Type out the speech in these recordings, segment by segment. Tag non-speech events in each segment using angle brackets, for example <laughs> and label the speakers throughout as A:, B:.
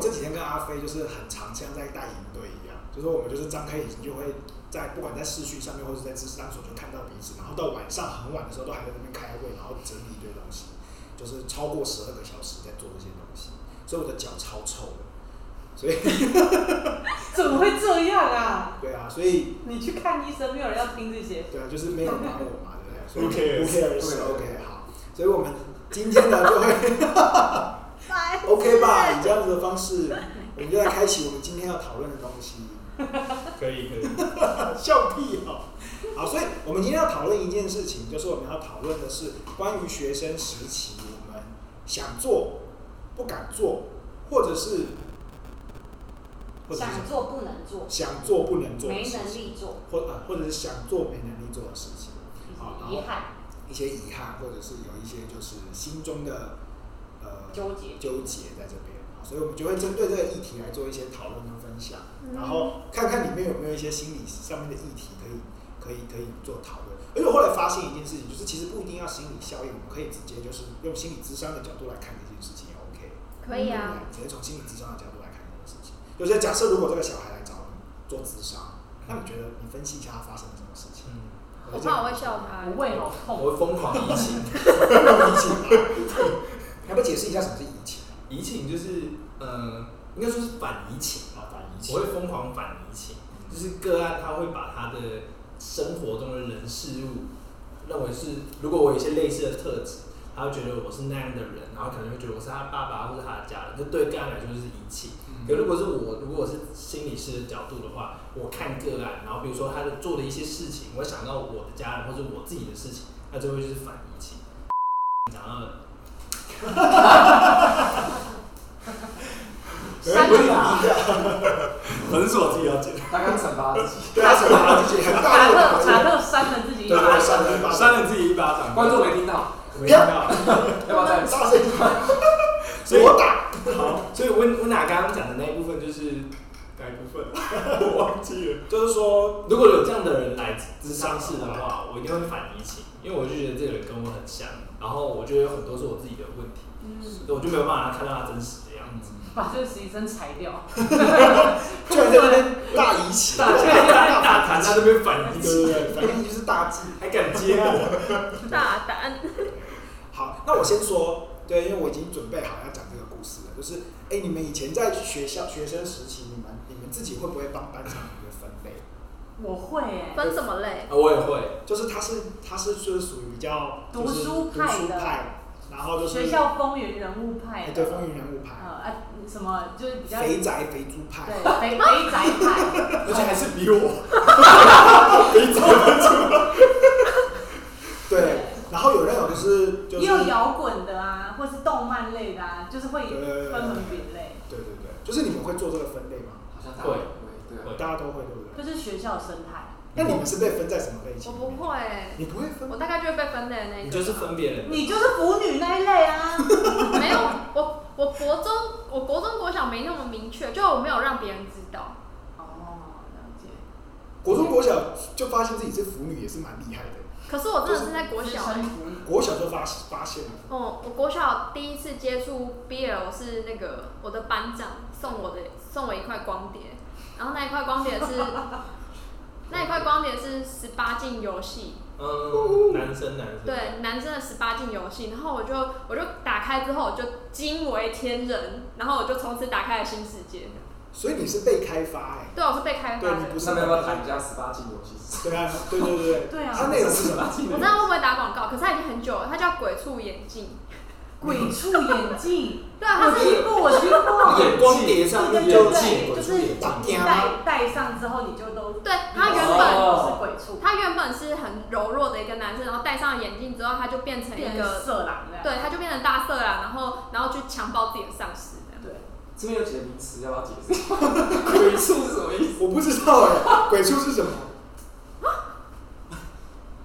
A: 这几天跟阿飞就是很常像在带营队一样，就是我们就是张开眼睛就会在不管在视讯上面或者在知识探索就看到彼此，然后到晚上很晚的时候都还在那边开会，然后整理一堆东西，就是超过十二个小时在做这些东西，所以我的脚超臭 <laughs> 的，所以
B: 怎么会这样啊？
A: 对啊，所以
B: 你去看医生，没有人要听这些。
A: 对啊，就是没有管我嘛， <laughs> 对不对？所以
C: Who cares？
A: Who cares？是 OK 好，所以我们今天呢就会 OK 吧，以这样子的方式，我们就来开启我们今天要讨论的东西。
C: 可以可以，
A: 笑屁哦！好，所以我们今天要讨论一件事情，就是我们要讨论的是关于学生时期我们想做不敢做，或者是或者是
D: 想做不能做，
A: 想做不能做的
D: 没
A: 事
D: 能
A: 情，
D: 力做，
A: 或啊或者是想做没能力做的事情，好
D: 遗憾
A: 一些遗憾，或者是有一些就是心中的呃
D: 纠结。
A: 纠结在这边，好所以我们就会针对这个议题来做一些讨论跟分享，
E: 嗯
A: 然后看看里面有没有一些心理上面的议题可以可以可以做讨论。而且我后来发现一件事情，就是其实不一定要心理效应，我们可以直接就是用心理智商的角度来看这件事情也 OK，
E: 可以
A: 对
E: 啊，
A: 不对，直接从心理智商的角度来看这件事情。就是假设如果这个小孩来找你做智商，那你觉得你分析一下他发生了什么事情？
C: 嗯， <laughs>
E: 我怕我会笑他。
B: 我哎胃好痛，
C: 我会疯狂移情，
A: 疫情，你
E: <laughs>
A: 要不要解释一下什么是疫情？
C: 移情就是呃，应该说是反移情吧，
A: 反疫
C: 我会嗯疯狂反呃移情，就是个案他会把他的生活中的人事物认为是，如果我有一些类似的特质，他会觉得我是那样的人，然后可能会觉得我是他爸爸或是他的家人，这对个案来说就是遗弃。可如果是我，如果我是心理师的角度的话，我看个案，然后比如说他的做的一些事情，我想到我的家人或者我自己的事情，那最后就是反遗弃。然后
A: 三
C: 不是可能是我自己要解，
F: 他刚惩罚自己，
A: 对啊，什么自己很大
B: 卡
A: 的
B: 特
A: 打击，
B: 卡特扇了自己一
A: 对啊
B: 巴
A: 对，
B: 掌。
A: 闪人吧，
C: 扇了自己一巴掌，
F: 观众没听到，
C: 没听到。
F: 要不要再
A: 大声一点，
C: 所以
A: 我打，
C: 好，所以温温娜刚刚讲的那一部分就是哪一部分？ <laughs> 我忘记了。
A: 就是说，
C: 如果有这样的人来咨商室的话，我一定会反移情，因为我就觉得这个人跟我很像，然后我觉得有很多是我自己的问题，
B: 嗯，
C: 所以我就没有办法看到他真实的 <laughs> 样子。
B: 把这个实习生裁掉。
A: 居然在那边大移起，
C: 大家大大谈在那边反
A: 对
C: 移情，
A: 对对，反正就是大忌。
C: 还敢接啊我？
E: 大胆，
A: 好，那我先说，对，因为我已经准备好要讲这个故事了，就是，哎，你们以前在学校学生时期，你们你们自己会不会帮班上同学分类？
B: 我会哎、
E: 分什么类？
C: 啊，我也会，
A: 就是他是他是就是属于比较
B: 读
A: 就是
B: 书
A: 读
B: 派
A: 书
B: 的
A: 派，然后就是
B: 学校风云人物派
A: 哎
B: 的。
A: 对风云人物
B: 呃
A: 派，
B: 啊，什么就是比较
A: 肥宅肥猪派，
B: 对肥肥宅派，
C: 而且还是比我
A: 对，然后有那种就是 <laughs> 就是
B: 也有摇滚的啊，或是动漫类的啊，就是会
A: 对
B: 分门别类，
A: 对对对，就是你们会做这个分类吗？
F: 好像他
C: 会
F: 对啊，
C: 会
A: 大家都会，对不对？
B: 就是学校生态。
A: 那你们是被分在什么类
E: 我
A: 型？
E: 不，会欸，
A: 你不会分
E: 我大概就会被分类的那
C: 你
E: 一个。
C: 就是分别人。
B: 你就是腐女那一类啊，
E: 没有，我我国中，我国中国小没那么明确，就我没有让别人知道。
B: 哦，了解，
A: 国中国小就发现自己是腐女，也是蛮厉害的。
E: 可是我真的是在国小、
B: 资深
E: 欸，
B: 腐女，
A: 国小就发发现了，
E: 哦、我国小第一次接触 BL 是那个我的班长送我的，送我一块光碟，然后那一块光碟是，那一块光碟是十八禁游戏，
C: 嗯，男生男生。
E: 对，男生的十八禁游戏，然后我就我就打开之后我就惊为天人，然后我就从此打开了新世界。
A: 所以你是被开发哎、
E: 对，我是被开发
A: 对你
E: 的
A: 不。是
F: 那边要不要谈一下十八禁游戏？
A: 对啊，对对对对，
B: 对啊
A: 它内容是什
C: <laughs>
A: 么？
F: 禁
E: 我知道会不会打广告，可是它已经很久了，它叫《鬼畜眼镜》。
B: 鬼畜眼 <laughs> 镜，
E: 对啊，它
B: 我
E: 是
B: 听过，我听过，
C: 眼光叠上
B: 对
C: 眼
B: 对
C: 镜，
B: 对，就是
A: 打
B: 你
A: 电啊，
B: <laughs> 戴戴上之后你就都
E: 对它原本
B: 是
F: 哦
B: 鬼畜，
E: 它原本是很柔弱的一个男生，然后戴上眼镜之后，他就变成
B: 变
E: 一
B: 成
E: 个，
B: 色狼这样。
E: 对，他就变成大色狼，然后然后去强暴自己的上
A: 哦
E: 司这样。
B: 对，
F: 这边有几个名词，要不要解释？鬼畜是什么意思？
A: 我不知道哎、鬼畜是什么？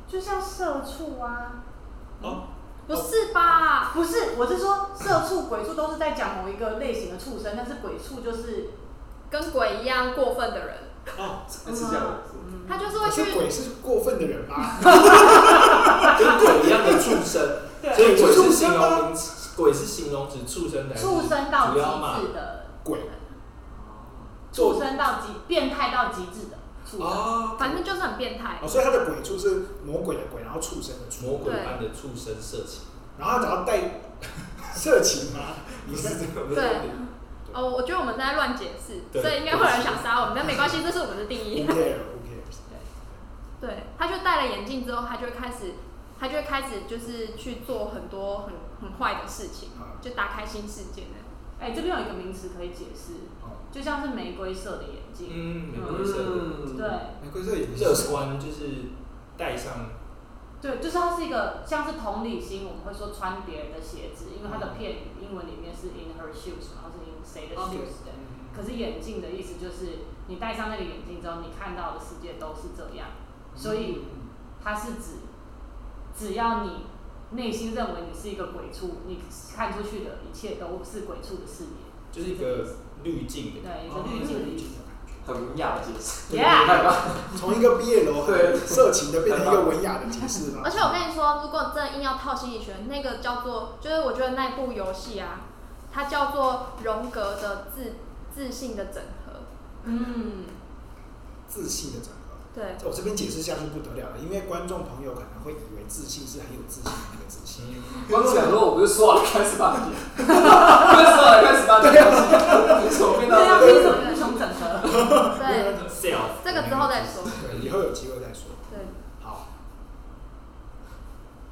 B: 就像社畜啊，
A: 哦，
E: 不是吧？
B: 不是，我是说社畜、鬼畜都是在讲某一个类型的畜生，但是鬼畜就是
E: 跟鬼一样过分的人，
F: 是这
B: <laughs>
F: 样的，
B: 嗯
E: 他就是会
A: 可哦是
E: 去，
A: 鬼是过分的人吗？
C: 跟鬼一样的畜生，所以鬼是形容名词，鬼是形容指畜生的
B: 畜生到
C: 主要嘛
B: 极致的
A: 鬼，
B: 畜生到极变态到极致的畜生。
C: 哦，
E: 啊反正就是很变态
A: 哦，。所以他的鬼畜是魔鬼的鬼，然后畜生的畜，
C: 魔鬼般的畜生色情，
A: 然后他只要带 <laughs> 色情吗？你是
C: <laughs>
A: 这个
E: 对，哦，我觉得我们在乱解释，
C: 对
E: 所以应该会有人想杀我们，但没关系，这是我们的定
A: who
E: 义。
A: care who cares？
E: 对，他就戴了眼镜之后，他就开始，他就会开始就是去做很多很很坏的事情，
A: 啊，
E: 就打开新世界那
B: 哎、这边有一个名词可以解释，
A: 哦，
B: 就像是玫瑰色的眼镜。
C: 嗯，玫瑰色的
B: 对
A: 玫瑰色也
C: 乐观就是戴上，
B: 对，就是它是一个像是同理心，我们会说穿别人的鞋子，因为它的片语英文里面是 in her shoes，然后是 in 谁的
A: 嗯 OK
B: shoes 对。可是眼镜的意思就是你戴上那个眼镜之后，你看到的世界都是这样，所
A: 嗯
B: 以它是指只要你内心认为你是一个鬼畜，你看出去的一切都是鬼畜的视野，
C: 就是一个滤镜的
B: 对，一个
A: 哦
B: 滤镜的意
A: 滤镜
B: 思。
A: 的感觉
F: 很文雅的解释，
B: Yeah，
A: 从一个毕业楼
F: 对
A: 色情的变成一个文雅的解释
E: <laughs> 个。
A: 吗
E: 而？且我跟你说，如果真的硬要套心理学，那个叫做，就是我觉得那部游戏啊，它叫做荣格的自自信的整合。
B: 嗯，
A: 自信的整合。
E: 对，
A: 我这边解释下去不得了了，因为观众朋友可能会以为自信是很有自信的那个自
C: 嗯
A: 信。
F: 光是想说我不是说好了开始八点，不是说好了开始八点，你怎么变
B: 对啊，
F: 到
B: 凭什么英雄整合？
E: 对，
C: self，
E: 这个之后再说。
C: 嗯
A: 对，以后有机会再说。
E: 对，
A: 好，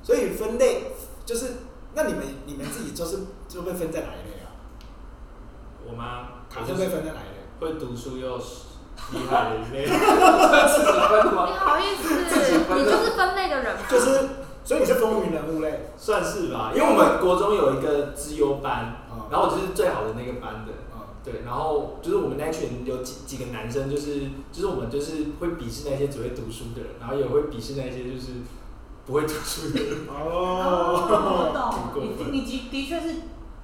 A: 所以分类就是，那你们你们自己就是就被分在哪一类啊？
C: 我妈，
A: 卡
C: 我
A: 特
C: 就
A: 被
C: 是
A: 分在哪一类？
C: <laughs> 会读书又厉害的一类，
F: 自己分的
E: 你
F: 吗？
E: 好意思，你就是分类的人嘛。
A: 就是，所以你是风云人物
C: <laughs>
A: 类
C: 算是吧。因为我们国中有一个资优班，
A: 啊。
C: 然后我就是最好的那个班的。
A: 啊，
C: 对，然后就是我们那群有几几个男生，就是就是我们就是会鄙视那些只会读书的人，然后也会鄙视那些就是不会读书的人。
A: 哦，
B: 哦，我
C: 挺过
B: 懂，
C: 分
B: 你你的的确是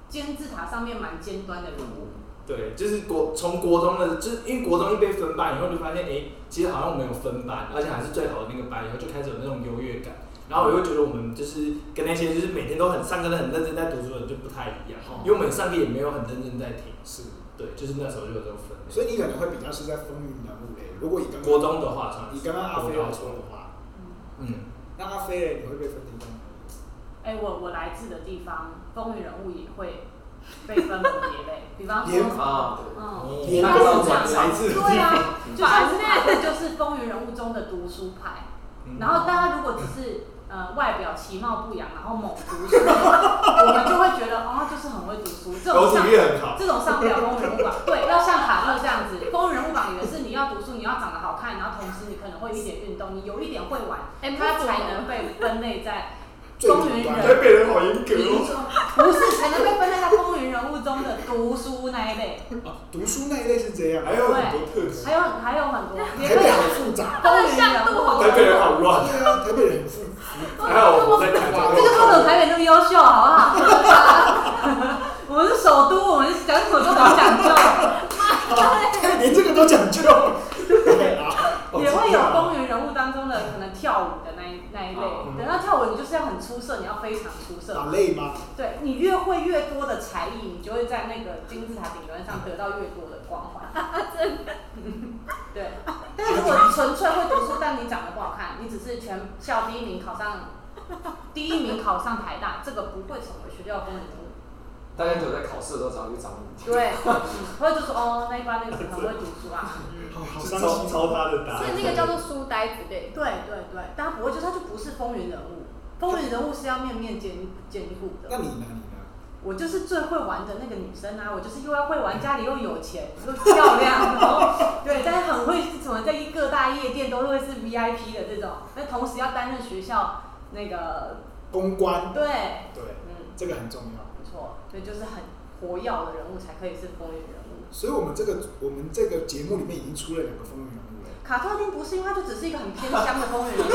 B: 金字塔上面蛮尖端的人物。
C: 对，就是国从国中的，就是因为国中一被分班以后，就发现哎、诶其实好像我们有分班，而且还是最好的那个班，以后就开始有那种优越感。然后我又觉得我们就是跟那些就是每天都很上课的很认真在读书的人就不太一样，
F: 哦
C: 因为我们上课也没有很认真在听。
A: 是，
C: 对，就是那时候就有这种分类。
A: 所以你可能会比较是在风云人物类。如果以刚
C: 国
A: 刚
C: 中的话，算是
A: 以刚刚阿飞来
C: 国高中
A: 说的话，
C: 嗯，
A: 那阿飞嘞，你会被分成哪一类？
B: 哎、我我来自的地方，风云人物也会被分门别类，比方
A: 也
B: 说，
F: 啊，
B: 嗯，
C: 哦
A: 你
F: 看到我
B: 讲
F: 来自
B: 对啊，
C: 嗯
B: 就像是他们就是风云人物中的读书派，
C: 嗯
B: 然后大家如果只是呃外表其貌不扬，然后猛读书，我们就会觉得哦，他就是很会读书，这种
C: 狗
B: 上
C: 体育很好，
B: 这种上不了风云人物榜，对，要像卡特这样子，风云人物榜也是你要读书，你要长得好看，然后同时你可能会有一点运动，你有一点会玩，
E: 哎，不
B: 他
E: 是
B: 才
E: 我
B: 能被分类在
A: 最
B: 风
A: 顶
B: 云
A: 端
B: 人
A: 的
C: 台北人好严格哦。
B: 不是才能被分类在风云人物中的读书那一类，
A: 读书那一类是这样，
B: 哎
C: 还有很多特质。
B: 还有很还有很多
A: 台北很复杂。
B: 风云人物中的
C: 台北人好乱，
A: 对啊，台北人很复
C: 还有我在台
B: 这个不
C: 湾，
B: 能台北那么优秀，好不好？ <laughs> 我们是首都，我们讲什么都好讲究，
A: 杂， <laughs> 连这个都讲究。 <laughs> 对啊，
B: 也会有风云人物当中的可能跳舞的那一那一类。等到跳舞，你就是要很出色，你要非常出色
A: 好。累吗？
B: 对你越会越多的才艺，你就会在那个金字塔顶端上得到越多的光环。 <laughs> 对，但是如果你纯粹会读书，但你长得不好看，你只是全校第一名考上第一名考上台大，这个不会成为学校的风云人物。
F: 大家只有在考试的时候找去找
B: <laughs>
F: 你，
B: 对，或者就说哦，那一班那个很会读书啊。
A: 好好
C: 是
A: 伤
C: 抄
A: 心。
C: 抄他的答
E: 所
C: 案
E: 以。那个叫做书呆子类。
B: 对对对，但他不会，就是他就不是风云人物。风云人物是要面面兼兼顾
A: 那
B: 的。
A: 你呢？你
B: 我就是最会玩的那个女生啊，我就是又要会玩，家里又有钱，又漂亮，然后 <laughs> 对，但是很会是什么，在各大夜店都会是 VIP 的这种，那同时要担任学校那个
A: 呢？公关，
B: 对，
A: 对，
B: 嗯，
A: 这个很重要。
B: 不错，所以就是很活跃的人物才可以是风云人物。
A: 所以我们这个我们这个节目里面已经出了两个风云人物了。
B: 卡特丁不是，因为他就只是一个很偏乡的风云人物。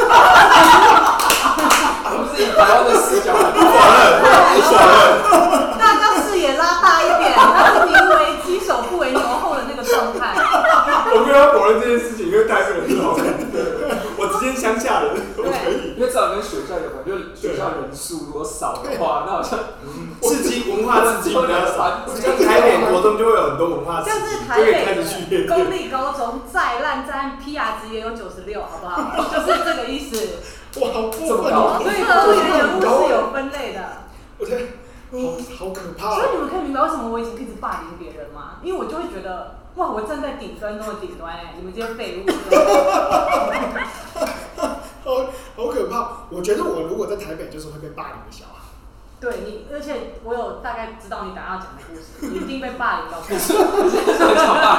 F: 我啊们是以台湾的视角来
B: 大家视野拉大一点，他是宁为鸡首不为牛后的那个状态。
C: 我没有否认这件事情，因为台北人好，我直接乡下人，我
B: 对
C: 可以。
F: 因为至少跟学校有关，就是学校人数如果少的话，那好像
C: 刺激文化刺激比较少，像台北国中就会有很多文化刺
B: 像
C: 激
B: 是，
C: 就
B: 台
C: 可以开始去
B: 北的公立高中再烂再烂，PR 值也有九十六，好不好？就是这个意思。
A: 哇，好过
F: 这么
A: 分
F: 高
A: 哦！
B: 所以公务员人物是有分类的。
A: 我觉得好好可怕
B: 所以
A: 哦。
B: 你们可以明白为什么我以前一直霸凌别人吗？因为我就会觉得，哇，我站在顶端中的顶端哎、你们这些废物。
A: 好好可怕！我觉得我如果在台北，就是会被霸凌的小孩。
B: 对你，而且我有大概知道你等下要讲的故事，你一定被霸凌到爆。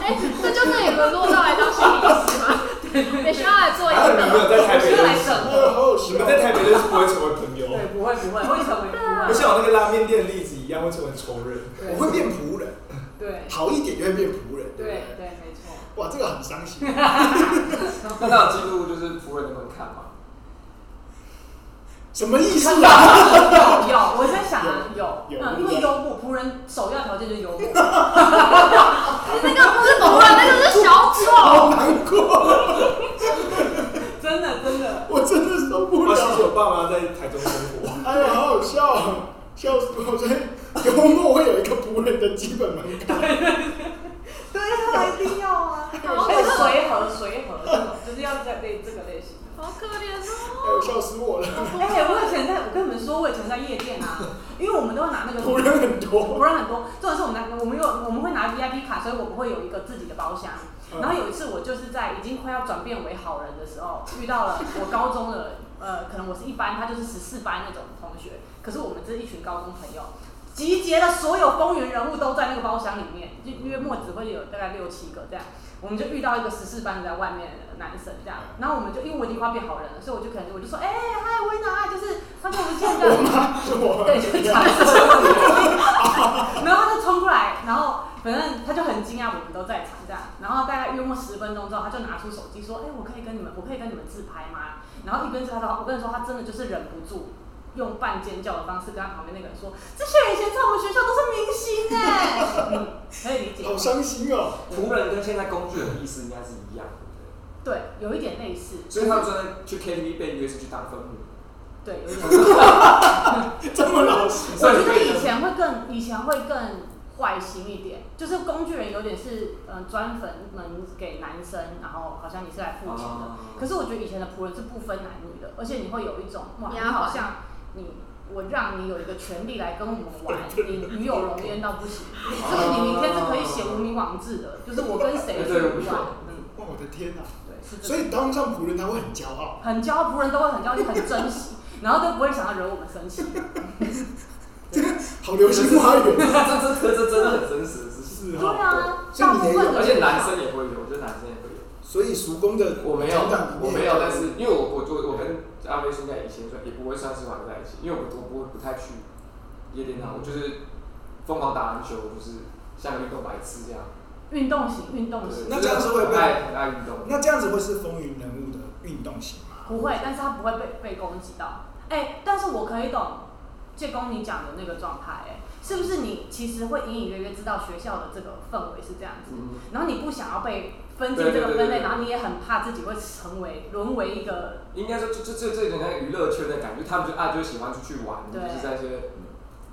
E: 哎，这就是也沦落到来当心理师吗？也需要来哎做一
C: 还有
E: 个
C: 你们有在台
B: 我
C: 北
B: 是来
C: 认识
B: 整
A: 哎
B: 的。
A: 好好
C: 你
A: 笑
C: 们在台北认识不会成为朋友
B: 对，，不会不会，会成为不
C: 不
B: 会。
C: 像我那个拉面店的例子一样会成为仇人。
A: 我会变仆人，
B: 对
A: 好一点就会变仆人。
B: 对对对，没错。
A: 哇，这个很伤心。
F: 那他有记录就是仆人的门槛吗？
A: 什么意思啊？
B: 有有，我在想啊，有，
A: 有
B: 嗯，
A: 有
B: 因为幽默，仆人首要条件就是幽默。
E: 那个不是仆人，那个是小丑。
A: 好难过，
B: 真的真的，
A: <laughs> 我真的受不
C: 我谢谢
A: 了。
C: 我爸妈在台中生活，
A: 哎呀，好好笑哦，笑死我！所以幽默会有一个仆人的基本门槛。
B: 对啊，一定要啊。
E: 好
B: 还有随和随和这种，就是要在类这个类型的。
E: 好可怜
A: 哎呦，
E: 哦！
A: 笑死我了！ <laughs>
B: 哎、我以前在，我跟你们说，我以前在夜店啊，因为我们都会拿那个
A: 仆人很多，
B: 不然很多，重点是我们拿我们有我们会拿 VIP 卡，所以我们会有一个自己的包厢。
A: 嗯
B: 然后有一次我就是在已经快要转变为好人的时候，遇到了我高中的呃，可能我是一班，他就是十四班那种同学，可是我们这一群高中朋友。集结了所有风云人物都在那个包厢里面，就约莫只会有大概六七个这样，我们就遇到一个十四班在外面的男生这样，
A: 嗯
B: 然后我们就因为我已经快变好人了，所以我就可能我就说，哎、嗨，维娜，就是上次我们见
A: 我
B: 的，
A: 妈是我。
B: 对，就讲
A: <laughs>
B: 然后他就冲过来，然后反正他就很惊讶，我们都在场这样。然后大概约莫十分钟之后，他就拿出手机说：“哎、我可以跟你们，我可以跟你们自拍吗？”然后一边自拍的话，我跟你说，他真的就是忍不住。用半尖叫的方式跟他旁边那个人说：“这些人以前在我们学校都是明星哎、
F: <laughs>
B: 嗯，可以理解。
A: 好伤心哦！
F: 仆人跟现在工具人的意思应该是一样的，
B: 对，有一点类似。
F: 所以他们专门去 KTV 被约是去当分母。
B: 对，有一点类似。
A: 这么老实，
B: 我觉得以前会更，以前会更坏心一点，就是工具人有点是嗯专门门给男生，然后好像你是来
F: 嗯
B: 付钱
F: 啊 <laughs>
B: 的。可是我觉得以前的仆人是不分男女的，而且你会有一种哇，你
E: 丫鬟
B: 好像你我让你有一个权利来跟我们 <laughs> 玩，你与有荣焉到不
A: <laughs>
B: 行，这个你明天是可以写无名网志
A: 哦
B: 的，就是我跟谁去玩，嗯，
A: 哇，我的天哪！
B: 对，是
A: 嗯
B: 这
A: 所
B: 个。
A: 以当上仆人，他会很骄傲。
B: 很骄傲，仆人都会很骄傲，就很珍惜， <laughs> 然后都不会想要惹我们生气。
A: 好流星花园，
F: 这这这这真的很真实的事情，
A: 是
B: 对
A: 啊。
B: 啊，
A: 所以
B: 大
A: 你
B: 部
A: 也
B: 分
A: 有
B: 的
F: 而且
B: 人啊
F: 男生也会有，我觉得男生也会有。
A: 所以叔公的
F: 我没有
A: 成长，里面
F: 我没有，但是因为我我我我跟阿飞现在以前算也不会算是玩在一起，因为我我不不太去夜店啊，我就是疯狂打篮球，就是像个运动白痴这样。
B: 运动型，运动
F: 对
B: 型
A: 那这样是会被
F: 很爱很爱运动。
A: 那这样子会是风云人物的运动型吗？
B: 不
F: 嗯
B: 会，但是他不会被被攻击到。哎、但是我可以懂建工你讲的那个状态，哎，是不是你其实会隐隐约约知道学校的这个氛围是这样子，
F: 嗯
B: 然后你不想要被分进
F: 对
B: 这
F: 对
B: 个
F: 对
B: 分
F: 对
B: 类，
F: 对
B: 然后你也很怕自己会成为沦为一个
F: 应该说就就就这种像娱乐圈的感觉，他们就啊就喜欢出去玩，就
B: 对
F: 是在这些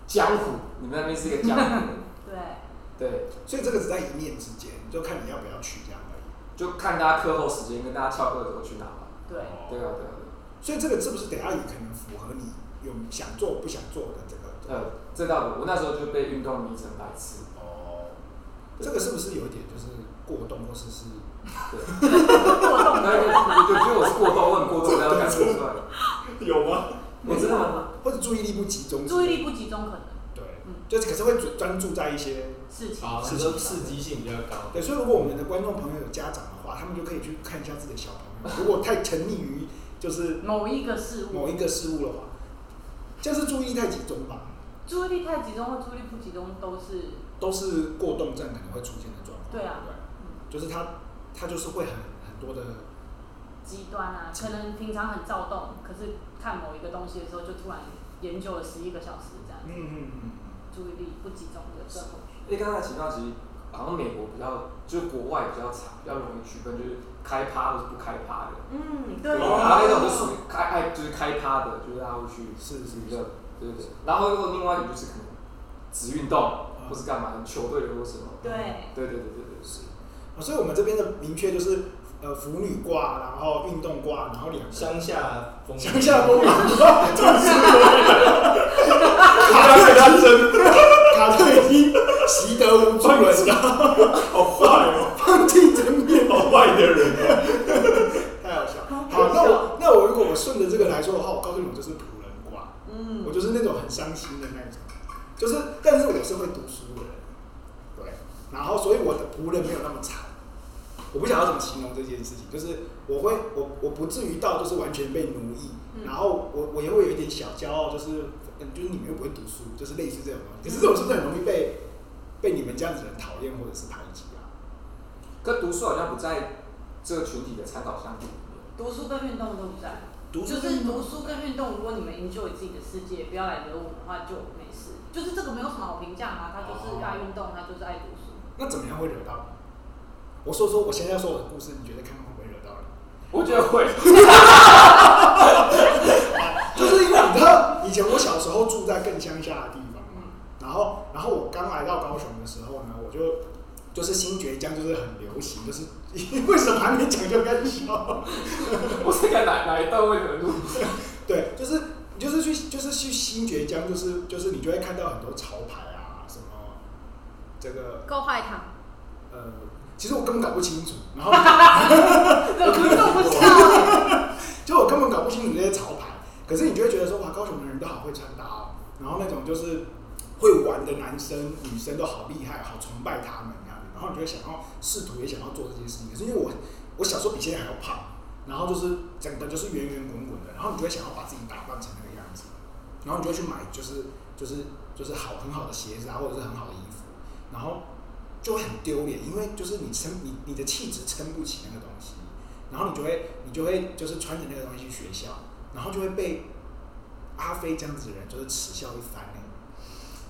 F: 江湖，你们那边是一个江湖，
B: 对
F: 对，
A: 所以这个只在一念之间，就看你要不要去这样而已。
F: 就看大家课后时间跟大家翘课的时候去哪吧。
B: 对
F: 对啊对啊对啊，
A: 所以这个是不是等下也可能符合你有想做不想做的这个？这个
F: 呃，这道理我那时候就被运动迷成白痴，
A: 哦，这个是不是有一点就是过动，或是是
F: 对，
B: 过动
F: 那
B: 的人
F: 我就觉得我是过动，我很过动，然后感觉出来，
A: 有吗？
F: 我真的吗？
A: 或者注意力不集中？
B: 注意力不集中可能
A: 对
B: 嗯，
A: 就是可是会专注在一些
B: 事情。
C: 啊，你说刺激性比较高。
A: 对，所以如果我们的观众朋友有家长的话，他们就可以去看一下自己的小朋友，如果太沉溺于就是
B: 某一个事物，
F: 嗯
A: 某一个事物的话，这样是注意力太集中吧，
B: 注意力太集中或注意力不集中都是
A: 都是过动症可能会出现的状况。
B: 对啊
A: 不对
B: 嗯
A: 就是他他就是会很很多的，
B: 极端啊，可能平常很躁动，可是看某一个东西的时候，就突然研究了十一个小时这样
A: 嗯，嗯嗯嗯
B: 注意力不集中的状况。
F: 因为刚才提到，其实好像美国比较，就是国外比较常比较容易区分，就是开趴或是不开趴的。
B: 嗯，对。
F: 对，然后那种就属于开爱就是开趴的，就是他会去
A: 是是
F: 娱
A: 是
F: 乐，对对对。然后如果另外一个就是可能只运动
A: 嗯
F: 或是干嘛，球队的或什么。
B: 对，
F: 对对对对
A: 是。啊所以我们这边的明确就是呃腐女挂，然后运动挂，然后两个
C: 乡下风，
A: 乡下公园， <laughs> 这么辛苦，
C: <laughs> 卡在他真
A: 卡特已经习得无助了，你知道吗？
C: <laughs> 好坏哦，
A: <laughs> 放弃争辩，
C: 好坏的人
A: <laughs>
C: 哦。
A: 太好笑了。
B: 好
A: 好，那我那我如果我顺着这个来说的话，我告诉你，我就是仆人挂，
B: 嗯
A: 我，就是那种很伤心的那种，就是但是我是会读书的人，对，然后所以我的仆人没有那么惨。我不想要怎么形容这件事情，就是我会我我不至于到就是完全被奴役，
B: 嗯
A: 然后我我也会有一点小骄傲，就是嗯就是你们又不会读书，就是类似这种东西。可是这种是不是很容易被被你们这样子的人讨厌或者是排挤啊？
F: 跟读书好像不在这个群体的参考项目里面。
B: 读书跟运动都不在，
A: 读书
B: 就是读书跟运动，如果你们 enjoy 自己的世界，不要来惹我的话就没事。就是这个没有什么好评价啊，他就是爱运动，他就是爱读书。
A: 那怎么样会惹到你？我说说我现在说我的故事，你觉得看看会不会惹到人？
F: 我觉得会，
A: 就是因为你知道，以前我小时候住在更乡下的地方嘛，
B: 嗯
A: 然后然后我刚来到高雄的时候呢，我就就是新觉江就是很流行，就是为什么还没讲就开始笑？
F: 我是看哪哪一段为什么录？
A: 对，就是你就是去就是去新觉江，就是就是你就会看到很多潮牌啊，什么这个
E: 够坏糖，
A: 呃，其实我根本搞不清楚，然后。
B: <laughs> 这个运动不知道，
A: 就我根本搞不清楚这些潮牌，可是你就会觉得说哇，高雄的人都好会穿搭哦，然后那种就是会玩的男生女生都好厉害，好崇拜他们那样，然后你就会想要试图也想要做这些事情，可是因为我我小时候比现在还要胖，然后就是整个就是圆圆滚滚的，然后你就会想要把自己打扮成那个样子，然后你就会去买就是就是就是好很好的鞋子啊，或者是很好的衣服，然后就会很丢脸，因为就是你撑你你的气质撑不起那个东西，然后你就会你就会就是穿着那个东西去学校，然后就会被阿飞这样子的人就是耻笑一番欸呢。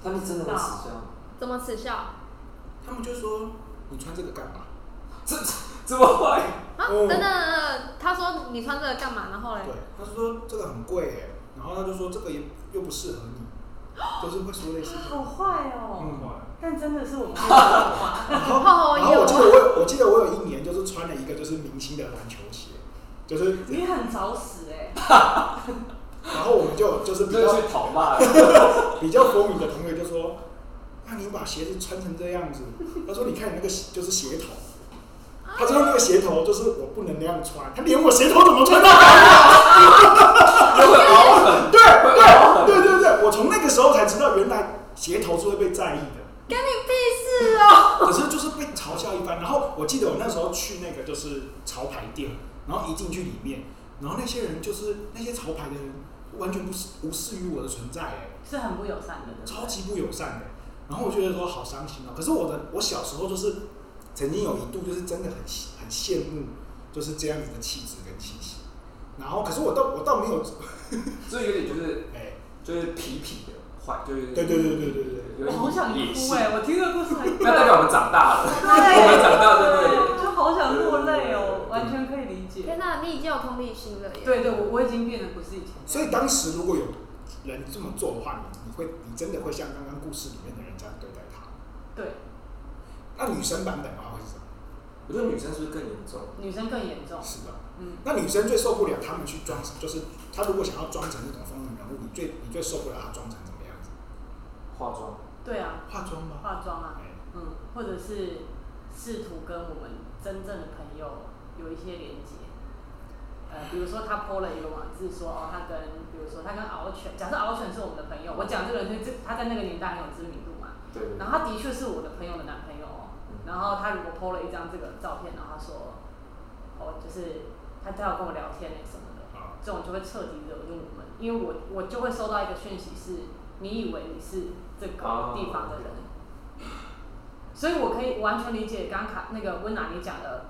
F: 他们真的会死这样？
E: 怎么耻笑？
A: 他们就说你穿这个干嘛？
F: 这这这么坏？
E: 啊，
A: 哦
E: 等等等等，他说你穿这个干嘛？然后嘞
A: 对，，他就说这个很贵哎，然后他就说这个也又不适合你，就是会说类似
B: 他
A: 这
B: 好
A: 种。
B: 坏哦。
A: 嗯，
B: 但真的是我们看到的话，
A: 然后
E: 好
A: 然后我
E: 有啊
A: 记得我有我记得我有一年就是穿了一个就是明星的篮球鞋，就是
B: 你很早死哎。
A: 然后我们就就是比
F: 这
A: 较
F: 是讨骂的。
A: 比较风靡的朋友就说：“那你把鞋子穿成这样子？”他说：“你看你那个鞋就是鞋头。”他就说：“那个鞋头就是我不能那样穿。”他连我鞋头怎么穿都
F: 就会凹痕，
A: 对
F: 会凹痕。
A: 对对对，我从那个时候才知道，原来鞋头是会被在意的。
E: 干你屁事哦！
A: 可是就是被嘲笑一番。然后我记得我那时候去那个就是潮牌店，然后一进去里面，然后那些人就是那些潮牌的人，完全不是无视于我的存在、欸。
B: 是很不友善的人。
A: 超级不友善的。然后我觉得说好伤心哦。可是我的我小时候就是曾经有一度就是真的很很羡慕，就是这样子的气质跟气息。然后可是我倒我倒没有，
F: 这有点就是
A: 哎、
F: 就是痞痞的坏，就是
A: 对对对对对对，
F: 有
B: 我
F: 点
B: 好想
F: 野
B: 哭
F: 性
B: 哎、。我听这个故事很
F: 那代表我们长大了，
B: 对，
F: 我们长大对不
B: 就
F: 对
B: 好想落泪哦，完全可以理解。
E: 天哪，你已经有同理心了耶！
B: 对对，我我已经变得不是以前。
A: 所以当时如果有人这么做的话，你你会你真的会像刚刚故事里面的人这样对待他？
B: 对，
A: 那女生版本的话会是什么？
F: 我觉得女生是不是更严重？
B: 女生更严重。
A: 是的，
B: 嗯，
A: 那女生最受不了他们去装，就是她如果想要装成那种风云人物，你最你最受不了她装成怎么样子？
F: 化妆，
B: 对啊，
A: 化妆吗？
B: 化妆啊
A: 哎，
B: 嗯，或者是试图跟我们真正的朋友有一些连接。呃，比如说他 PO 了一个网志说，哦，他跟，比如说他跟敖犬，假设敖犬是我们的朋友，我讲这个人就，他在那个年代很有知名度嘛，
F: 对对对
B: 然后他的确是我的朋友的男朋友哦。然后他如果 PO 了一张这个照片，然后他说，哦，就是他他要跟我聊天欸什么的，
A: 啊，
B: 这种就会彻底惹怒我们，因为我我就会收到一个讯息是，你以为你是这个地方的人，所以我可以完全理解刚卡那个温娜你讲的，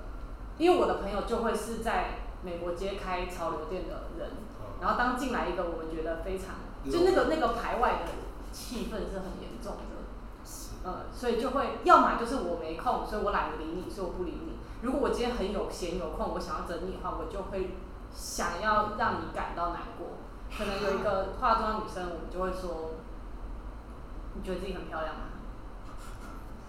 B: 因为我的朋友就会是在美国街开潮流店的人，
A: 哦
B: 然后当进来一个我们觉得非常就那个那个排外的气氛是很严重的。
A: 是
B: 呃，所以就会要么就是我没空，所以我懒得理你，所以我不理你。如果我今天很有闲有空，我想要整理的话，我就会想要让你感到难过。可能有
A: <laughs>
B: 一个化妆女生，我们就会说，你觉得自己很
A: <laughs>
B: 漂亮吗？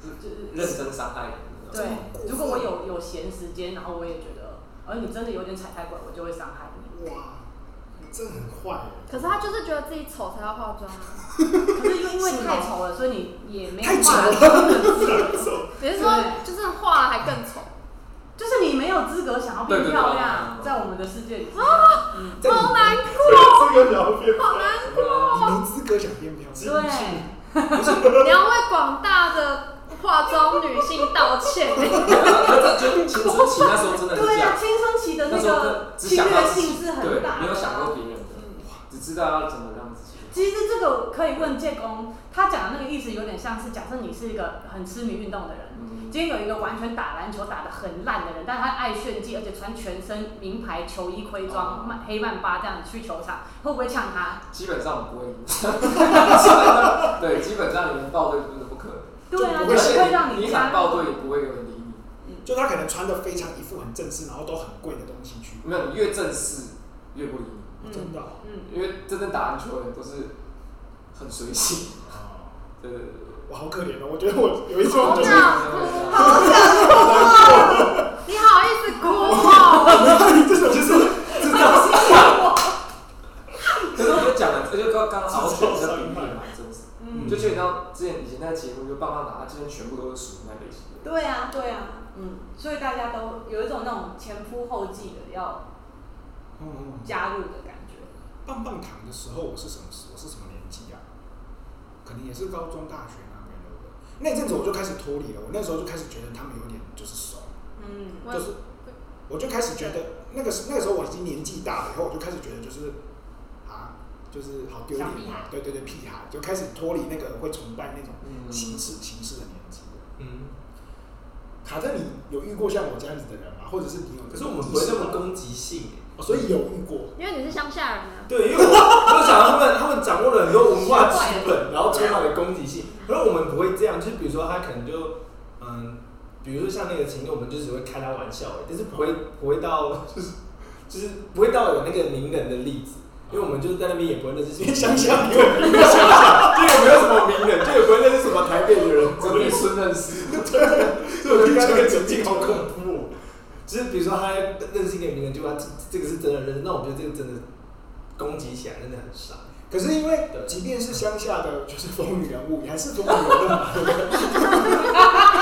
F: 认真伤害人的那种。
B: 对，如果我有有闲时间，然后我也觉得，而你真的有点踩太管，我就会伤害你。
A: 哇，你真的很坏耶。
E: 可是他就是觉得自己丑才要化妆啊。
B: 可是因为太丑了，所以你也没有
A: 太丑
B: 办
A: 了
B: 法，
E: 你是说就是化了还更丑？
B: 就是你没有资格想要变
F: 对对对
B: 漂
F: 对
B: 亮，
F: 对
B: 在我们的世界里是。嗯，
A: 在
E: 好难
A: 这个这个聊天，
E: 好难过。
A: 你
F: 啊
A: 没资格想变漂亮。
B: 对，
E: 你要为广大的化妆女性道歉。
B: 啊
F: 那这就青春期那时候真的是这
B: 对啊，
F: 样，
B: 青春期的
F: 那
B: 那
F: 时候
B: 个
F: 只
B: 侵
F: 想到
B: 略
F: 自己
B: 性是很大
F: 对，啊
B: 的。
F: 没有想过别人的，
B: 嗯
F: 只知道要怎么让自己。
B: 其实这个可以问建工，他讲的那个意思有点像是，假设你是一个很痴迷运动的人，
F: 嗯，
B: 今天有一个完全打篮球打得很烂的人，但他爱炫技，而且穿全身名牌球衣、盔
F: 哦
B: 装、曼黑曼巴这样去球场，会不会呛他？
F: 基本上我们不会赢。基本上对，基本上你们报队真的不可能。
B: 对啊，
A: 就不会
B: 就是会让
F: 你
B: 加
F: 想报队也不会有人理你。
A: 就他可能穿的非常一副很正式，然后都很贵的东西去。
F: 没有，你越正式越不理
B: 嗯
A: 真的哦。
B: 嗯，
F: 你，因为真正打篮球的人都是很随性。对对对对
A: 我好可怜哦，我觉得我有一种
E: 好
A: 就是
E: 难哭，好想哭啊！你好意思哭哦？
A: 这种就是知道
F: 可是我们讲的，这就刚刚好选择比例嘛，真是。
B: 嗯
F: 就基本上之前以前那节目，就棒棒打，他今天全部都是属于那类型的。
B: 对啊，对啊，嗯，所以大家都有一种那种前赴后继的要
A: 嗯，
B: 加入的感觉。
A: 棒棒糖的时候，我是什么时？我是什么年纪啊？可能也是高中、大学那边的。那阵子我就开始脱离了，我那时候就开始觉得他们有点就是熟，
B: 嗯，
E: 我
A: 就是我就开始觉得那个时那个时候我已经年纪大了，以后我就开始觉得就是啊，就是好丢脸
B: 小屁
A: 啊，
B: 孩
A: 对对对，屁孩就开始脱离那个会崇拜那种
F: 嗯
A: 形式形式的年纪了。
C: 嗯，
A: 卡特，你有遇过像我这样子的人吗？或者是你有？
C: 可是我们不会那么，攻击性耶。
A: 哦所以有遇过。
E: 因为你是乡下人啊。
C: 对，因为我 <laughs> 我想到他们他们掌握了很多文化资本，然后充满了攻击性。可是我们不会这样，就是比如说他可能就嗯，比如说像那个情侣，我们就只会开他玩笑而已，但是不会不会到就是就是不会到有那个名人的例子，因为我们就是在那边也不会认识，因为
A: 想想
C: 因为我们想想，就也没有什么名人，就也不会认识什么台北的 <laughs> 人之
F: 我
C: 类
F: 们
C: 的。
F: 村认识，
C: 所以 <laughs> 我就看那个情境好恐怖、哦。就是比如说他认识一个名人，就把这这个是真的认识，那我觉得这个真的攻击起来真的很傻。
A: 可是因为
C: <laughs> 对
A: 即便是乡下的，就是风云人物，也还是风云人物嘛。对不
C: <laughs>
A: 对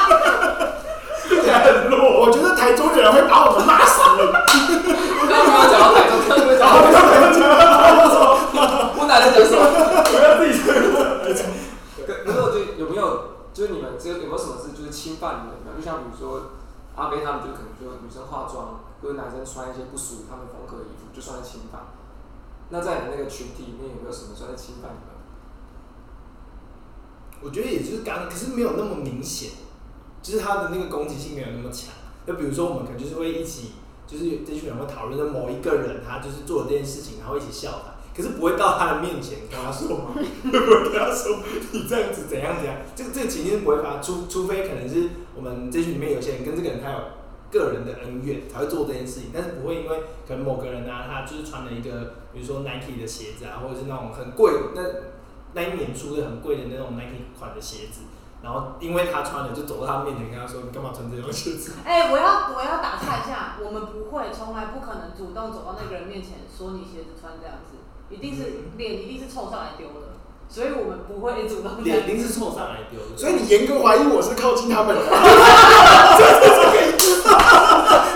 C: 听起来很弱。
A: 我觉得台中的人会把我们骂死的。
F: 我刚刚讲到台中，特别讲到台中，我哪能讲什么？
C: 不要自己承认。
F: 可可是我觉得有没有，就是你们这有没有什么事就是侵犯你们的？就像比如说阿飞他们，就可能说女生化妆或者男生穿一些不属于他们风格的衣服，就算是侵犯。那在你那个群体里面有没有什么算是侵犯你们？
C: 我觉得也就是刚，可是没有那么明显，就是他的那个攻击性没有那么强。就比如说我们可能就是会一起，就是这群人会讨论的某一个人，他就是做了这件事情，然后一起笑他，可是不会到他的面前跟他说嘛， <laughs> 不会跟他说你这样子怎样怎样，这个这个情境是不会发生，除除非可能是我们这群里面有些人跟这个人他有个人的恩怨才会做这件事情，但是不会因为可能某个人啊，他就是穿了一个比如说 Nike 的鞋子啊，或者是那种很贵那那一年出的很贵的那种 Nike 款的鞋子，然后因为他穿了就走到他面前跟他说你干嘛穿这双鞋子？
B: 哎、我要我要打岔一下，我们不会，从来不可能主动走到那个人面前说你鞋子穿这样子，一定是脸一定是凑上来丢的，所以我们不会主
C: <laughs>
B: 动这样
C: 脸一定是冲上来丢的，
A: 所以你严格怀疑我是靠近他们的，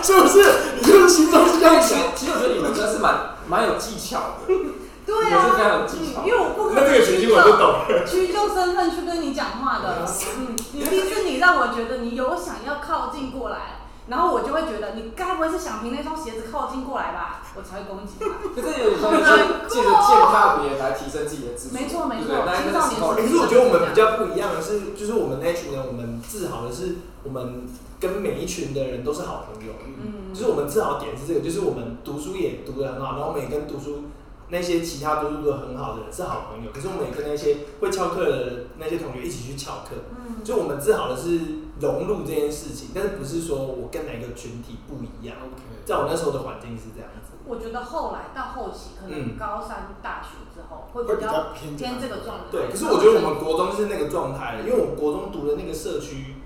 A: 是不是？你就是心中是这样想。
F: 其实我觉得你们真的是蛮蛮有技巧的，
B: 对
F: 你是非常
B: 啊
F: 有，技巧
B: 嗯因为我不可
C: 那这
B: 能
C: 个情
B: 屈
C: 境我就
B: 就
C: 懂啊了。
B: 屈就身份去跟你讲话的，嗯，你第一次你让我觉得你有想要靠近过来。然后我就会觉得你该不会是想凭那双鞋子靠近过来吧，我才会攻
C: <laughs>
B: 击他。
F: 可是有时候借借着践踏别人来提升自己的自主，
B: 没错没错
F: 对不对那那个时
B: 青
F: 候
B: 少
C: 可
B: 年
C: 是我觉得我们比较不一样的是，就是我们那群人，我们自豪的是我们跟每一群的人都是好朋友。
B: 嗯
C: 就是我们自豪点是这个，就是我们读书也读得很好，然后我们也跟读书那些其他读书的很好的人是好朋友，可是我们也跟那些会翘课的那些同学一起去翘课，
E: 嗯，
C: 就我们自豪的是融入这件事情，但是不是说我跟哪个群体不一样，
F: OK，
C: 在我那时候的环境是这样子。
B: 我觉得后来到后期，可能
C: 嗯
B: 高三、大学之后会
A: 会
B: 比
A: 比
B: 较
A: 较偏
B: 偏这个状态。
C: 对，可是我觉得我们国中是那个状态，因为我国中读的那个社区，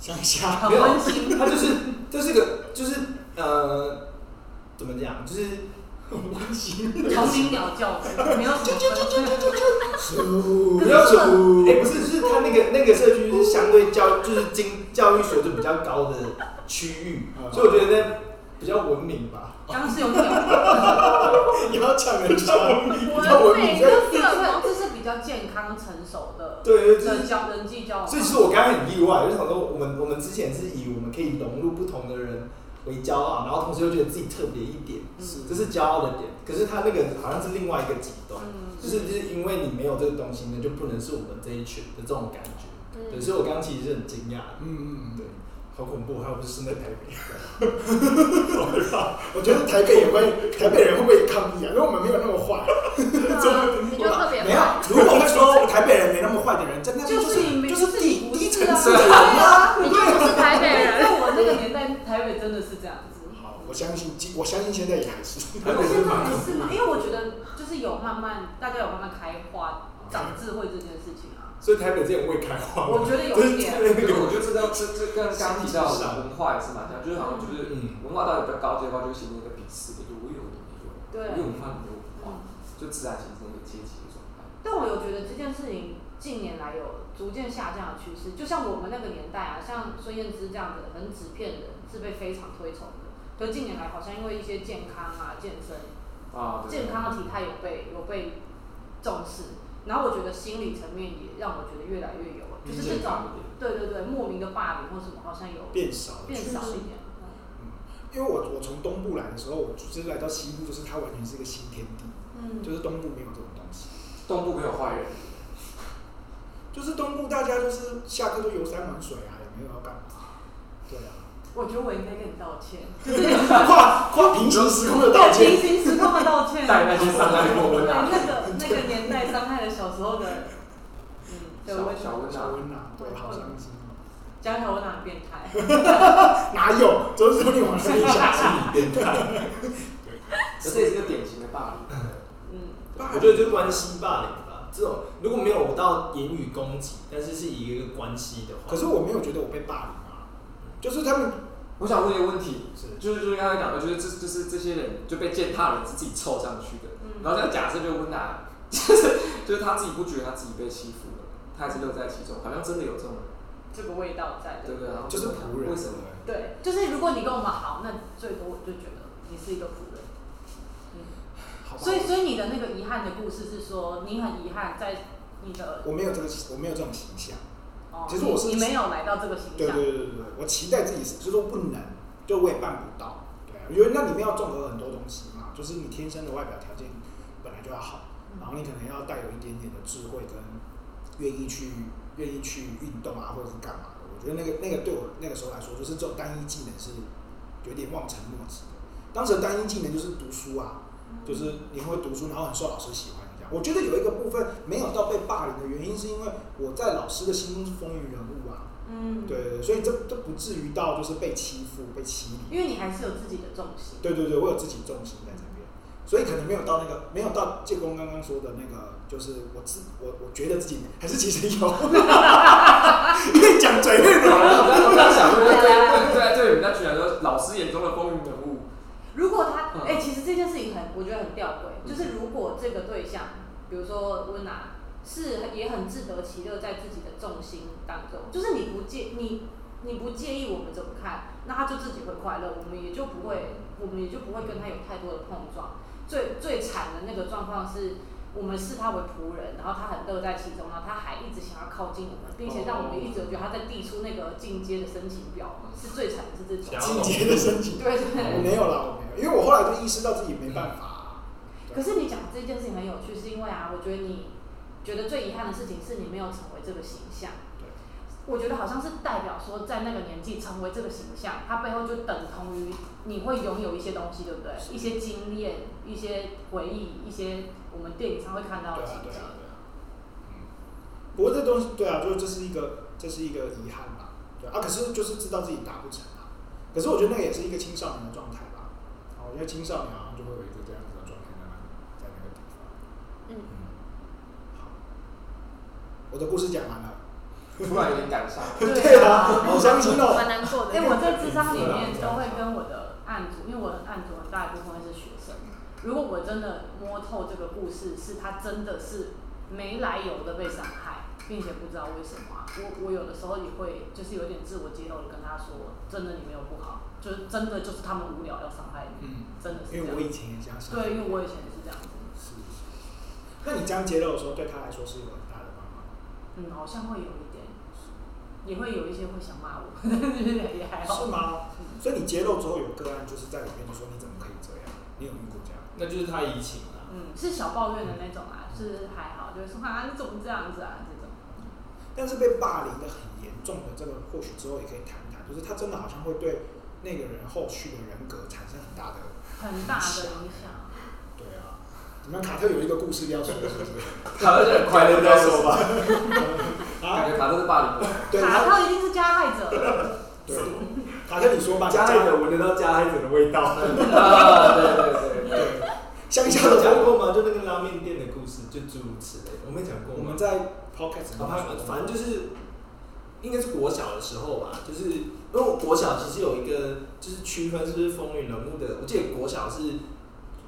A: 乡下，
B: 很温馨，
C: 它就是 <laughs> 就是个就是呃，怎么讲，就是 <laughs>
A: 很温馨，
B: 虫鸣鸟叫，没有什么分。
A: 舒
B: 可
C: 不
B: 是
C: 要
B: 这
C: 说，
A: 服
C: 哎、不是，就是它那个那个社区是相对教就是经教育水准比较高的区域，
A: 嗯
C: 所以我觉得那比较文明吧。
B: 刚刚是有鸟，
A: 你要抢人家，
E: 我
C: 较文
E: 的
C: 明
E: 每个
B: 这
E: 社会
B: 个这是比较健康成熟的
C: 对，就是
B: 人交呃人际交往。
C: 所以其实我刚刚很意外，就想说我们我们之前是以我们可以融入不同的人为骄傲，然后同时又觉得自己特别一点，
A: 是
C: 这是骄傲的点。可是他那个好像是另外一个极端，
B: 嗯，
C: 就是就是因为你没有这个东西呢，就不能是我们这一群的这种感觉。
A: 嗯
C: 对，所以我刚刚其实是很惊讶的，
A: 嗯嗯
C: 对
A: 对。，
C: 好恐怖，还有不是生在台
A: <laughs>
C: 北，
A: 我觉得台北也会，台北人会不会抗议啊？因为我们没有那么坏。
E: 嗯，你就特别
A: 没有，如果说台北人没那么坏的人，真的
B: 就是你
A: 是
B: 没
A: 就是
B: 你
A: 低
B: 不是
A: 低
B: 啊
A: 层次的人啊。
E: 你就不是台北
B: 在
E: 人，
B: 我那个年代，台北真的是这样子。
A: 好，我相信，我相信现在也还是。
C: 台
B: 我
C: 北
B: 现
C: 是
B: 在
C: 蛮
B: 还
C: 恐
B: 是嘛，
C: 怖
B: 因为我觉得就是有慢慢，大家有慢慢开花、长智慧这件事情啊，
C: 所以台北这种未开化
A: 哦
C: 嘛，
B: 我觉得有一点。
F: 因为我觉得这跟这这跟刚刚提到的文化也是蛮像，就是好像就是
C: 嗯
F: 文化到底比较高阶的话，就形成一个鄙视的，就我有你没有，
B: 对
F: 我有文化你没有文化
B: 嗯，
F: 就自然形成一个阶级的状态。
B: 但我有觉得这件事情近年来有逐渐下降的趋势，就像我们那个年代啊，像孙燕姿这样的很纸片人是被非常推崇的，可是近年来好像因为一些健康啊、健身、
F: 啊，对
B: 健康的体态有被有被重视，然后我觉得心理层面也让我觉得越来越有，啊就是这
F: 健
B: 种
F: 康一点
B: 对对对莫名的霸凌或什么好像有
A: 变少了，
B: 变少一点。
A: 嗯因为我我从东部来的时候，我就是来到西部，就是它完全是一个新天地，
E: 嗯，
A: 就是东部没有这种东西。
F: 东部没有坏人，
A: 就是东部大家就是下课就游山玩水啊，也没有要干嘛。对啊，
B: 我觉得我应该跟你道歉，
A: 跨跨平行时空的道
B: 对
A: 歉，
B: 平行时空的道歉。
F: 带那些伤害过
B: 对
F: 温
B: 那
F: 啊，
B: 个那个年代伤害了小时候的，嗯，对，我
F: 小小温
A: 小
F: 啊，
A: 温啊，对，好伤心哦。
B: 讲小温哪变态？
A: 哪有？只是说你往上一下去。
C: 变态。
F: 这也是一个典型的霸凌。
B: 嗯，
A: 爸
C: 我觉得就是关系霸凌吧，这种如果没有到言语攻击，但是是以一个关系的话，
A: <laughs> 可是我没有觉得我被霸凌啊，就是他们
F: 我想问一个问题，
A: 是
F: 就是就是刚才讲的，就是这就是这些人就被践踏的人是自己凑上去的，
B: 嗯
F: 然后再假设就温拿， <laughs> 就是就是他自己不觉得他自己被欺负了，他还是乐在其中，好像真的有这种人，
B: 这个味道在
F: 对
B: 的。
F: 不对？然后
A: 就是仆人，
F: 为什么？
B: 对，就是如果你跟我们好，那最多我就觉得你是一个仆人。嗯，
A: 好吧
B: 所以所以你的那个遗憾的故事是说，你很遗憾在你的
A: 我没有这个，我没有这种形象。
B: 哦，
A: 其实我是
B: 你你没有来到这个形
A: 对
B: 象
A: 对，对对对，我期待自己是，就是说不能，就我也办不到。对啊，我觉得那里面要综合很多东西嘛，就是你天生的外表条件本来就要好，然后你可能要带有一点点的智慧跟愿意去愿意去运动啊，或者是干嘛的。我觉得那个那个对我那个时候来说，就是这种单一技能是有点望尘莫及的。当时的单一技能就是读书啊，就是你会读书，然后很受老师喜欢这样。我觉得有一个部分没有到被霸凌的原因，是因为我在老师的心中是风云人物啊。
B: 嗯，
A: 对，对，对，所以这这不至于到就是被欺负、被欺凌。
B: 因为你还是有自己的重心。
A: 对对对，我有自己重心在这边，所以可能没有到那个，没有到建工刚刚说的那个，就是我自我我觉得自己还是其实有，越讲嘴越
F: 我
A: 软。
F: 刚我刚想问，对对对，对人家群来说，老师眼中的风云人物，
B: 如果他，
F: 嗯
B: 哎、其实这件事情很，我觉得很吊诡，
F: 嗯
B: 就是如果这个对象，比如说温拿，是也很自得其乐在自己的重心当中，就是你不介你你不介意我们怎么看，那他就自己会快乐，我们也就不会，
F: 嗯
B: 我们也就不会跟他有太多的碰撞。最最惨的那个状况是。我们视他为仆人，然后他很乐在其中，然后他还一直想要靠近我们，并且让我们一
F: 哦
B: 直有觉得他在递出那个进阶的申请表，是最惨的是这
A: 进
B: 种。
A: 阶的升
B: <laughs>
A: 级，
B: 对对
A: 我
B: 对
A: 没有啦，我没有，因为我后来就意识到自己没办法啊、对
B: 可是你讲这件事情很有趣，是因为啊，我觉得你觉得最遗憾的事情是你没有成为这个形象。
A: 对
B: 我觉得好像是代表说，在那个年纪成为这个形象，它背后就等同于你会拥有一些东西，对不对？一些经验、一些回忆、一些我们电影上会看到
A: 对
B: 的
A: 啊，
B: 情
A: 对
B: 节
A: 啊，。对啊。嗯，不过这东西，对啊，就是这是一个，这是一个遗憾吧。对啊，可是就是知道自己达不成啊。可是我觉得那个也是一个青少年的状态吧。啊，我觉得青少年好像就会有一个这样子的状态在那在那个地方。
E: 嗯
A: 好，我的故事讲完了。
F: 突然有点感伤。
B: 对
A: <laughs>
B: <laughs> 啊，
A: 好伤心哦。
E: 蛮难过的。
B: 哎、我在智商里
A: 啊
B: 面都会跟我的案主，因为我的案主很大一部分是学生。如果我真的摸透这个故事，是他真的是没来由的被伤害，并且不知道为什么、啊，我我有的时候也会就是有点自我揭露的跟他说，真的你没有不好，就是真的就是他们无聊要伤害你，
A: 嗯，
B: 真的是这
A: 因为
B: 样。
A: 我以前也这样想。
B: 对，因为我以前也是这样子，
A: 是。那你这样揭露的时候，对他来说是有很大的帮忙。
B: 嗯，好像会有一点，也会有一些会想骂我， <laughs> 但是也还
A: 是？
B: 好。
A: 吗？所以你揭露之后有个案，就是在里面就说你怎么可以这样？你有遇过这样？
C: 那就是他移情啊了。
B: 嗯，是小抱怨的那种啊，是还好，就是说啊，你怎么这样子啊，这种。
A: 但是被霸凌的很严重的这个，或许之后也可以谈一谈，就是他真的好像会对那个人后续的人格产生很大的，
B: 很大的影响。
A: 对啊。你们卡特有一个故事要说，是不 <laughs> 是？
C: 卡特就很快乐在说吧，
A: 啊，
F: 感觉卡特是霸凌的，
A: 对，
B: 卡
A: 他
B: 特一定是加害者，
A: 对，卡特你说吧，
C: 加
A: 你
C: 害者闻得到加害者的味道。
F: 啊对对对对，
A: 乡下
C: 有
A: 的
C: 讲
A: 人，
C: 过吗？就那个拉面店的故事，就诸如此类，我没讲过
A: 我
C: 吗
A: 们？在 podcast
C: 好吧
A: 里面说，
C: 反正就是应该是国小的时候吧，就是因为我国小其实有一个就是区分是不是风云人物的，我记得国小是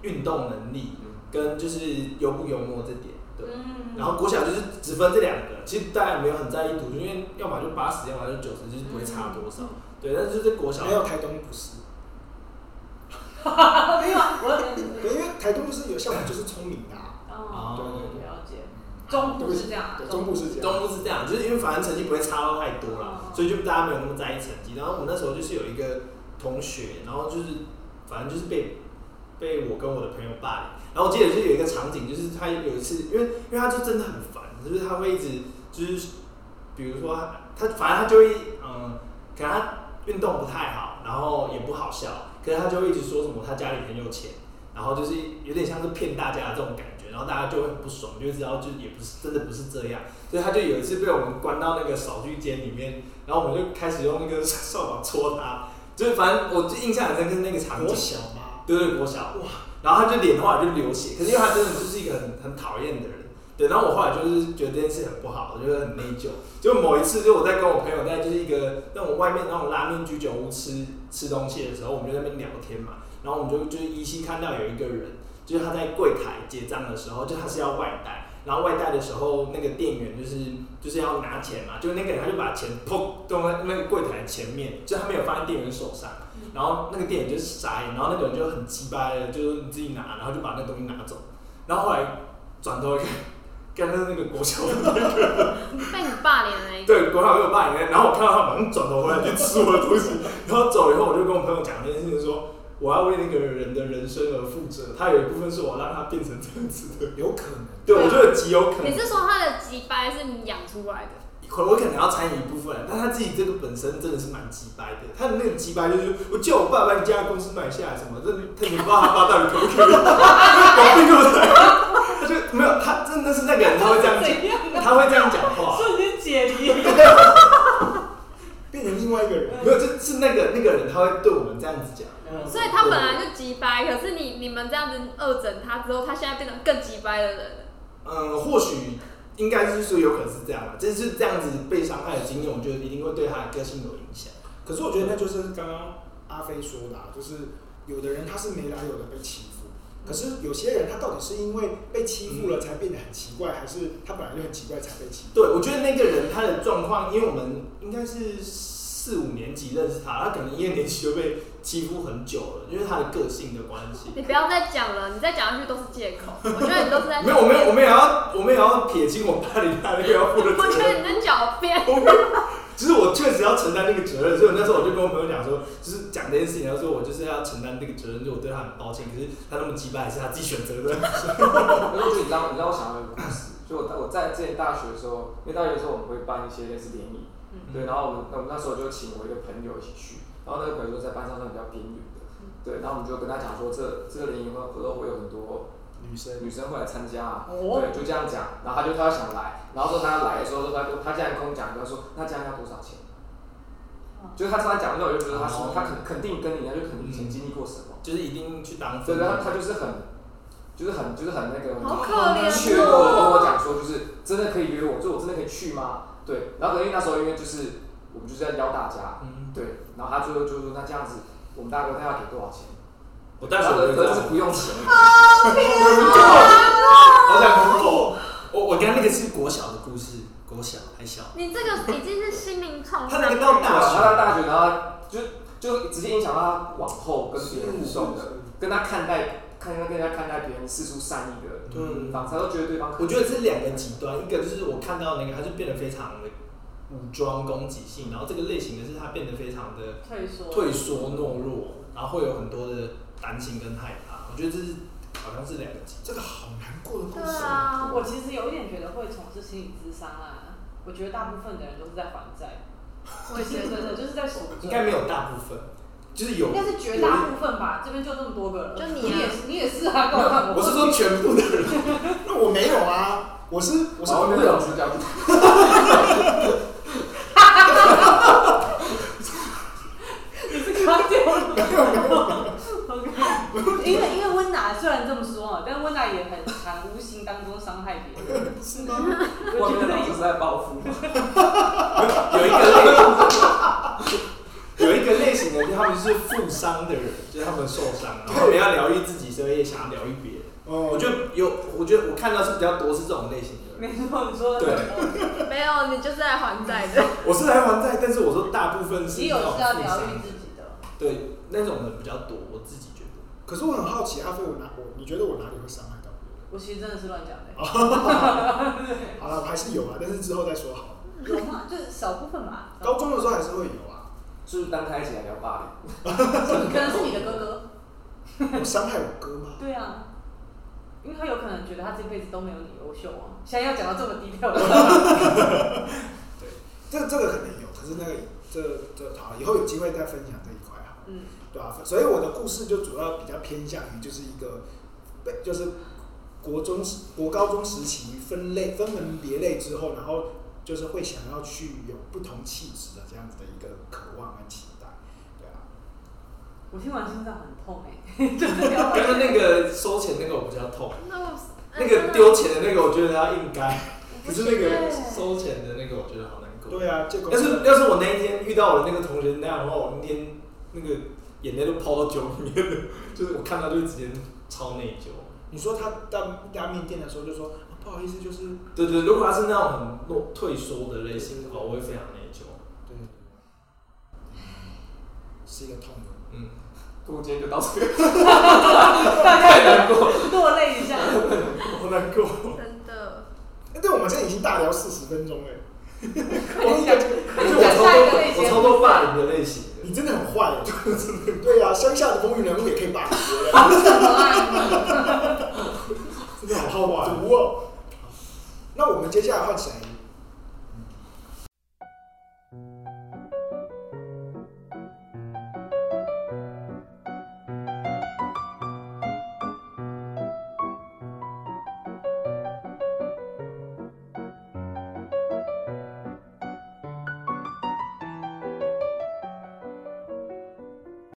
C: 运动能力跟就是幽不幽默这点，对。
B: 嗯，
C: 然后国小就是只分这两个，其实大家也没有很在意读书，因为要么就八十，要么就九十，就是不会差多少。对，但是就是国小
A: 没有台东不是，
B: 没有，啊
A: 对
B: 我
A: 因为台东就是有像我就是聪明的、啊，
B: 哦，
A: 对对对
B: 了解，中部是这样啊
A: 对，中部是这样，
C: 东部是这样，就是因为反正成绩不会差到太多啦，
B: 哦
C: 所以就大家没有那么在意成绩。然后我那时候就是有一个同学，然后就是反正就是被被我跟我的朋友霸凌。然后我记得就是有一个场景，就是他有一次，因为因为他就真的很烦，就是他会一直就是比如说他他反正他就会嗯，可能他运动不太好，然后也不好笑，可是他就会一直说什么他家里很有钱。然后就是有点像是骗大家的这种感觉，然后大家就会很不爽，就会知道就也不是真的不是这样，所以他就有一次被我们关到那个扫具间里面，然后我们就开始用那个扫把戳他，就是反正我就印象很深刻那个场
A: 国
C: 景，
A: 小嘛，
C: 对对，国小哇，然后他就脸后来就流血，可是因为他真的就是一个很很讨厌的人，对，然后我后来就是觉得这件事很不好，我觉得很内疚。就某一次，就我在跟我朋友在就是一个那种外面那种拉面居酒屋吃吃东西的时候，我们就在那边聊天嘛，然后我们就就是依稀看到有一个人，就是他在柜台结账的时候，就他是要外带，然后外带的时候，那个店员就是就是要拿钱嘛，就是那个人他就把钱砰丢在那个柜台前面，就他没有放在店员手上。然后那个店员就是傻眼，然后那个人就很鸡巴的，就是你自己拿，然后就把那东西拿走。然后后来转头一看，看到那个国小的
E: 被你霸凌了，
C: 对，国小被我爸里面，然后我看到他马上转头回来去吃我的东西，然后走以后我就跟我朋友讲这件事情说。我要为那个人的人生而负责，他有一部分是我让他变成这样子的，
A: 有可能。
C: 对我觉得极有可能
E: 你。是说他的鸡掰是你养出来的？
C: 可我可能要参与一部分，但他自己这个本身真的是蛮鸡掰的。他的那个鸡掰就是，我叫我爸把你家的公司买下来什么，这他也不知道他爸到底可不可以，搞定我才。 <laughs> 他就没有，他真的是那个人，他会这样
B: 怎样啊
C: 讲，他会这样讲话。
B: 瞬间解离，
A: 变成另外一个人。
C: 没有，就是那个那个人，他会对我们这样子讲。
E: 所以他本来就鸡掰，可是你你们这样子恶整他之后，他现在变成更鸡掰的人了。
C: 嗯，或许应该是说有可能是这样吧，这是这样子被伤害的经验，我觉得一定会对他的个性有影响。
A: 可是我觉得那就是刚刚阿飞说的、啊，就是有的人他是没来由的被欺负，可是有些人他到底是因为被欺负了才变得很奇怪，还是他本来就很奇怪才被欺负？
C: 对，我觉得那个人他的状况，因为我们应该是四五年级认识他，他可能一二年级就被欺负很久了，因为他的个性的关系。
E: 你不要再讲了，你再讲下去都是借口。我觉得你都是在狡辩
C: 没有，我们我们也要我们也要撇清我霸凌他那个 <laughs> 要负的
E: 我觉
C: 责任。
E: 得你在狡辩。
C: 我们就是我确实要承担那个责任，所以我那时候我就跟我朋友讲说，就是讲这件事情，他说我就是要承担这个责任，就我对他很抱歉，可是他那么击败是他自己选择的。
F: 因为你知道，你让我想到一个故事，就我我在之前大学的时候，因为大学的时候我们会办一些类似联谊，
B: 嗯
C: 啊
F: 对，然后我们我们那时候就请我一个朋友一起去，然后那个朋友就在班上算比较边缘的
B: 嗯，
F: 对，然后我们就跟他讲说这这个联谊会活动会有很多
A: 女生
F: 女生会来参加啊，
B: 哦
F: 对，就这样讲，然后他就他想来，然后说他来的时候，他就他竟然跟我讲，他说那这样要多少钱？就是他突然讲的时候，我就觉得他是、
C: 哦
F: 他肯肯定跟你一样，就肯定以前经历过什么，
C: 就是一定去当
F: 对，
C: 分
F: 然后
C: 母
F: 他就是很。就是很就是很那个，很
E: 好可
F: 去跟我跟
E: 怜
F: 我
E: 哦。
F: 讲说，就是真的可以约我，就我真的可以去吗？对，然后可能因为那时候因为就是我们就是在邀大家，
C: 嗯，
F: 对，然后他最后就说那这样子，我们大哥他要给多少钱？
C: 我当
F: 然
C: 时
F: 后
C: 我
F: 哥
C: 就
F: 哥
C: 在
F: 是不用钱，
C: 好想工作。我我刚那个是国小的故事，国小还小，
E: 你这个已经是心灵创
C: 他
E: 伤
C: 那个到
E: 了。
C: 大
F: 啊他到
C: 学，
F: 大学，然后他就就直接影响到他往后跟别人互动的，跟他看待看跟人家看待别人四出善意的
C: 嗯，
F: 方式，他都觉得对方可
C: 我觉得是两个极端，一个就是我看到那个，他就变得非常的武装攻击性，然后这个类型的是他变得非常的
B: <laughs> 退缩，
C: 退缩懦弱，然后会有很多的担心跟害怕。我觉得这是好像是两个极
A: 这个好难过的故
E: 对
A: 事。
E: 啊，
B: 我其实有一点觉得会从事心理咨商啊，我觉得大部分的人都是在还债，
E: 我也
B: 就
E: 觉
B: 是真
E: 得
B: 的就是在赎罪，
C: 应该没有大部分，就是有
B: 应该是绝大部分吧，这边就这么多个人，
E: 就你啊
B: 你也是你也是啊，跟我看我
C: 我是说全部的人，
A: 那我没有啊，我是我
F: 我
A: 是
F: 后面
A: 朋
F: 那种
A: 友，
F: 主角不
B: 是刚 <laughs> 丢了。因为因为温娜虽然这么说啊，但温娜也很常无形当中伤害别人，
A: 是吗？
B: 我
F: 外
B: 觉
F: 面
B: 得
F: 那种就
B: 有
F: 是在报复嘛，
C: 有一个类，有一个类型的，他们是负伤的人，就是他们受伤，然后他们要疗愈自己，所以也想要疗愈别人。
A: 哦
C: 我觉得有，我觉得我看到是比较多是这种类型的人。
B: <laughs> 没错，你说的 <laughs>
C: 对
B: 很
E: 没有，你就是在还债的。
C: 我是来还债，但是我说大部分
B: 对，
C: 是
B: 基友
C: 那种
B: 是啊要疗
C: 负
B: 愈
C: 伤
B: 自己的，
C: 对那种人比较多，我自己觉得。
A: 可是我很好奇，阿飞，我哪我你觉得我哪里会伤害到别人？
B: 我其实真的是乱讲的。
A: 好了，我还是有啊，但是之后再说好了。
B: <laughs> 有吗？就是少部分吧。
A: 高中的时候还是会有啊，
F: 是不是单开起来聊霸凌？
B: 可能是你的哥哥。
A: 我伤害我哥吗？
B: 对啊，因为他有可能觉得他这辈子都没有你优秀啊。现在要讲到这么低调， <laughs>
A: 这这个肯定有，可是那个这这好，以后有机会再分享这一块好了，
B: 嗯，
A: 对吧、所以我的故事就主要比较偏向于就是一个被就是国中时国高中时期分类分门别类之后，然后就是会想要去有不同气质的这样子的一个渴望跟期待，对啊。
B: 我听完心脏很痛哎、 <laughs> 欸，就是聊
C: 刚刚那个收钱那个我比较
B: 啊
C: 痛，
E: 那我
C: <laughs> 那个丢钱的那个我觉得他应该，可是那个
E: 对
C: 收钱的那个我觉得好难过。
A: 对啊，这个
C: 要是要是我那一天遇到我那个同学那样的话，我那天那个眼泪都泡到酒里面了，就是我看到就直接超内疚。
A: 你说他到拉面店的时候就说、啊不好意思，就是
C: 对对，如果他是那种很落退缩的类型的话，我会非常内疚。
A: 对，是一个痛的。
C: <laughs> 嗯，
F: 我今天就到这个，
B: 大家 <laughs> 落泪一下。
A: 好难过。
E: 真的，
A: 哎对，我们现在已经大聊四十分钟了，
B: 快点讲，快
C: 而
B: 点
C: 且我
B: 讲
C: 超
B: 下一个类型。
C: 多我超多霸凌的类型的。
A: 你真的很坏耶。啊 <laughs> 对呀、乡下的风云人物也可以霸凌别人，
B: 什么啊？
A: 真的好好玩。毒哦。那我们接下来换谁？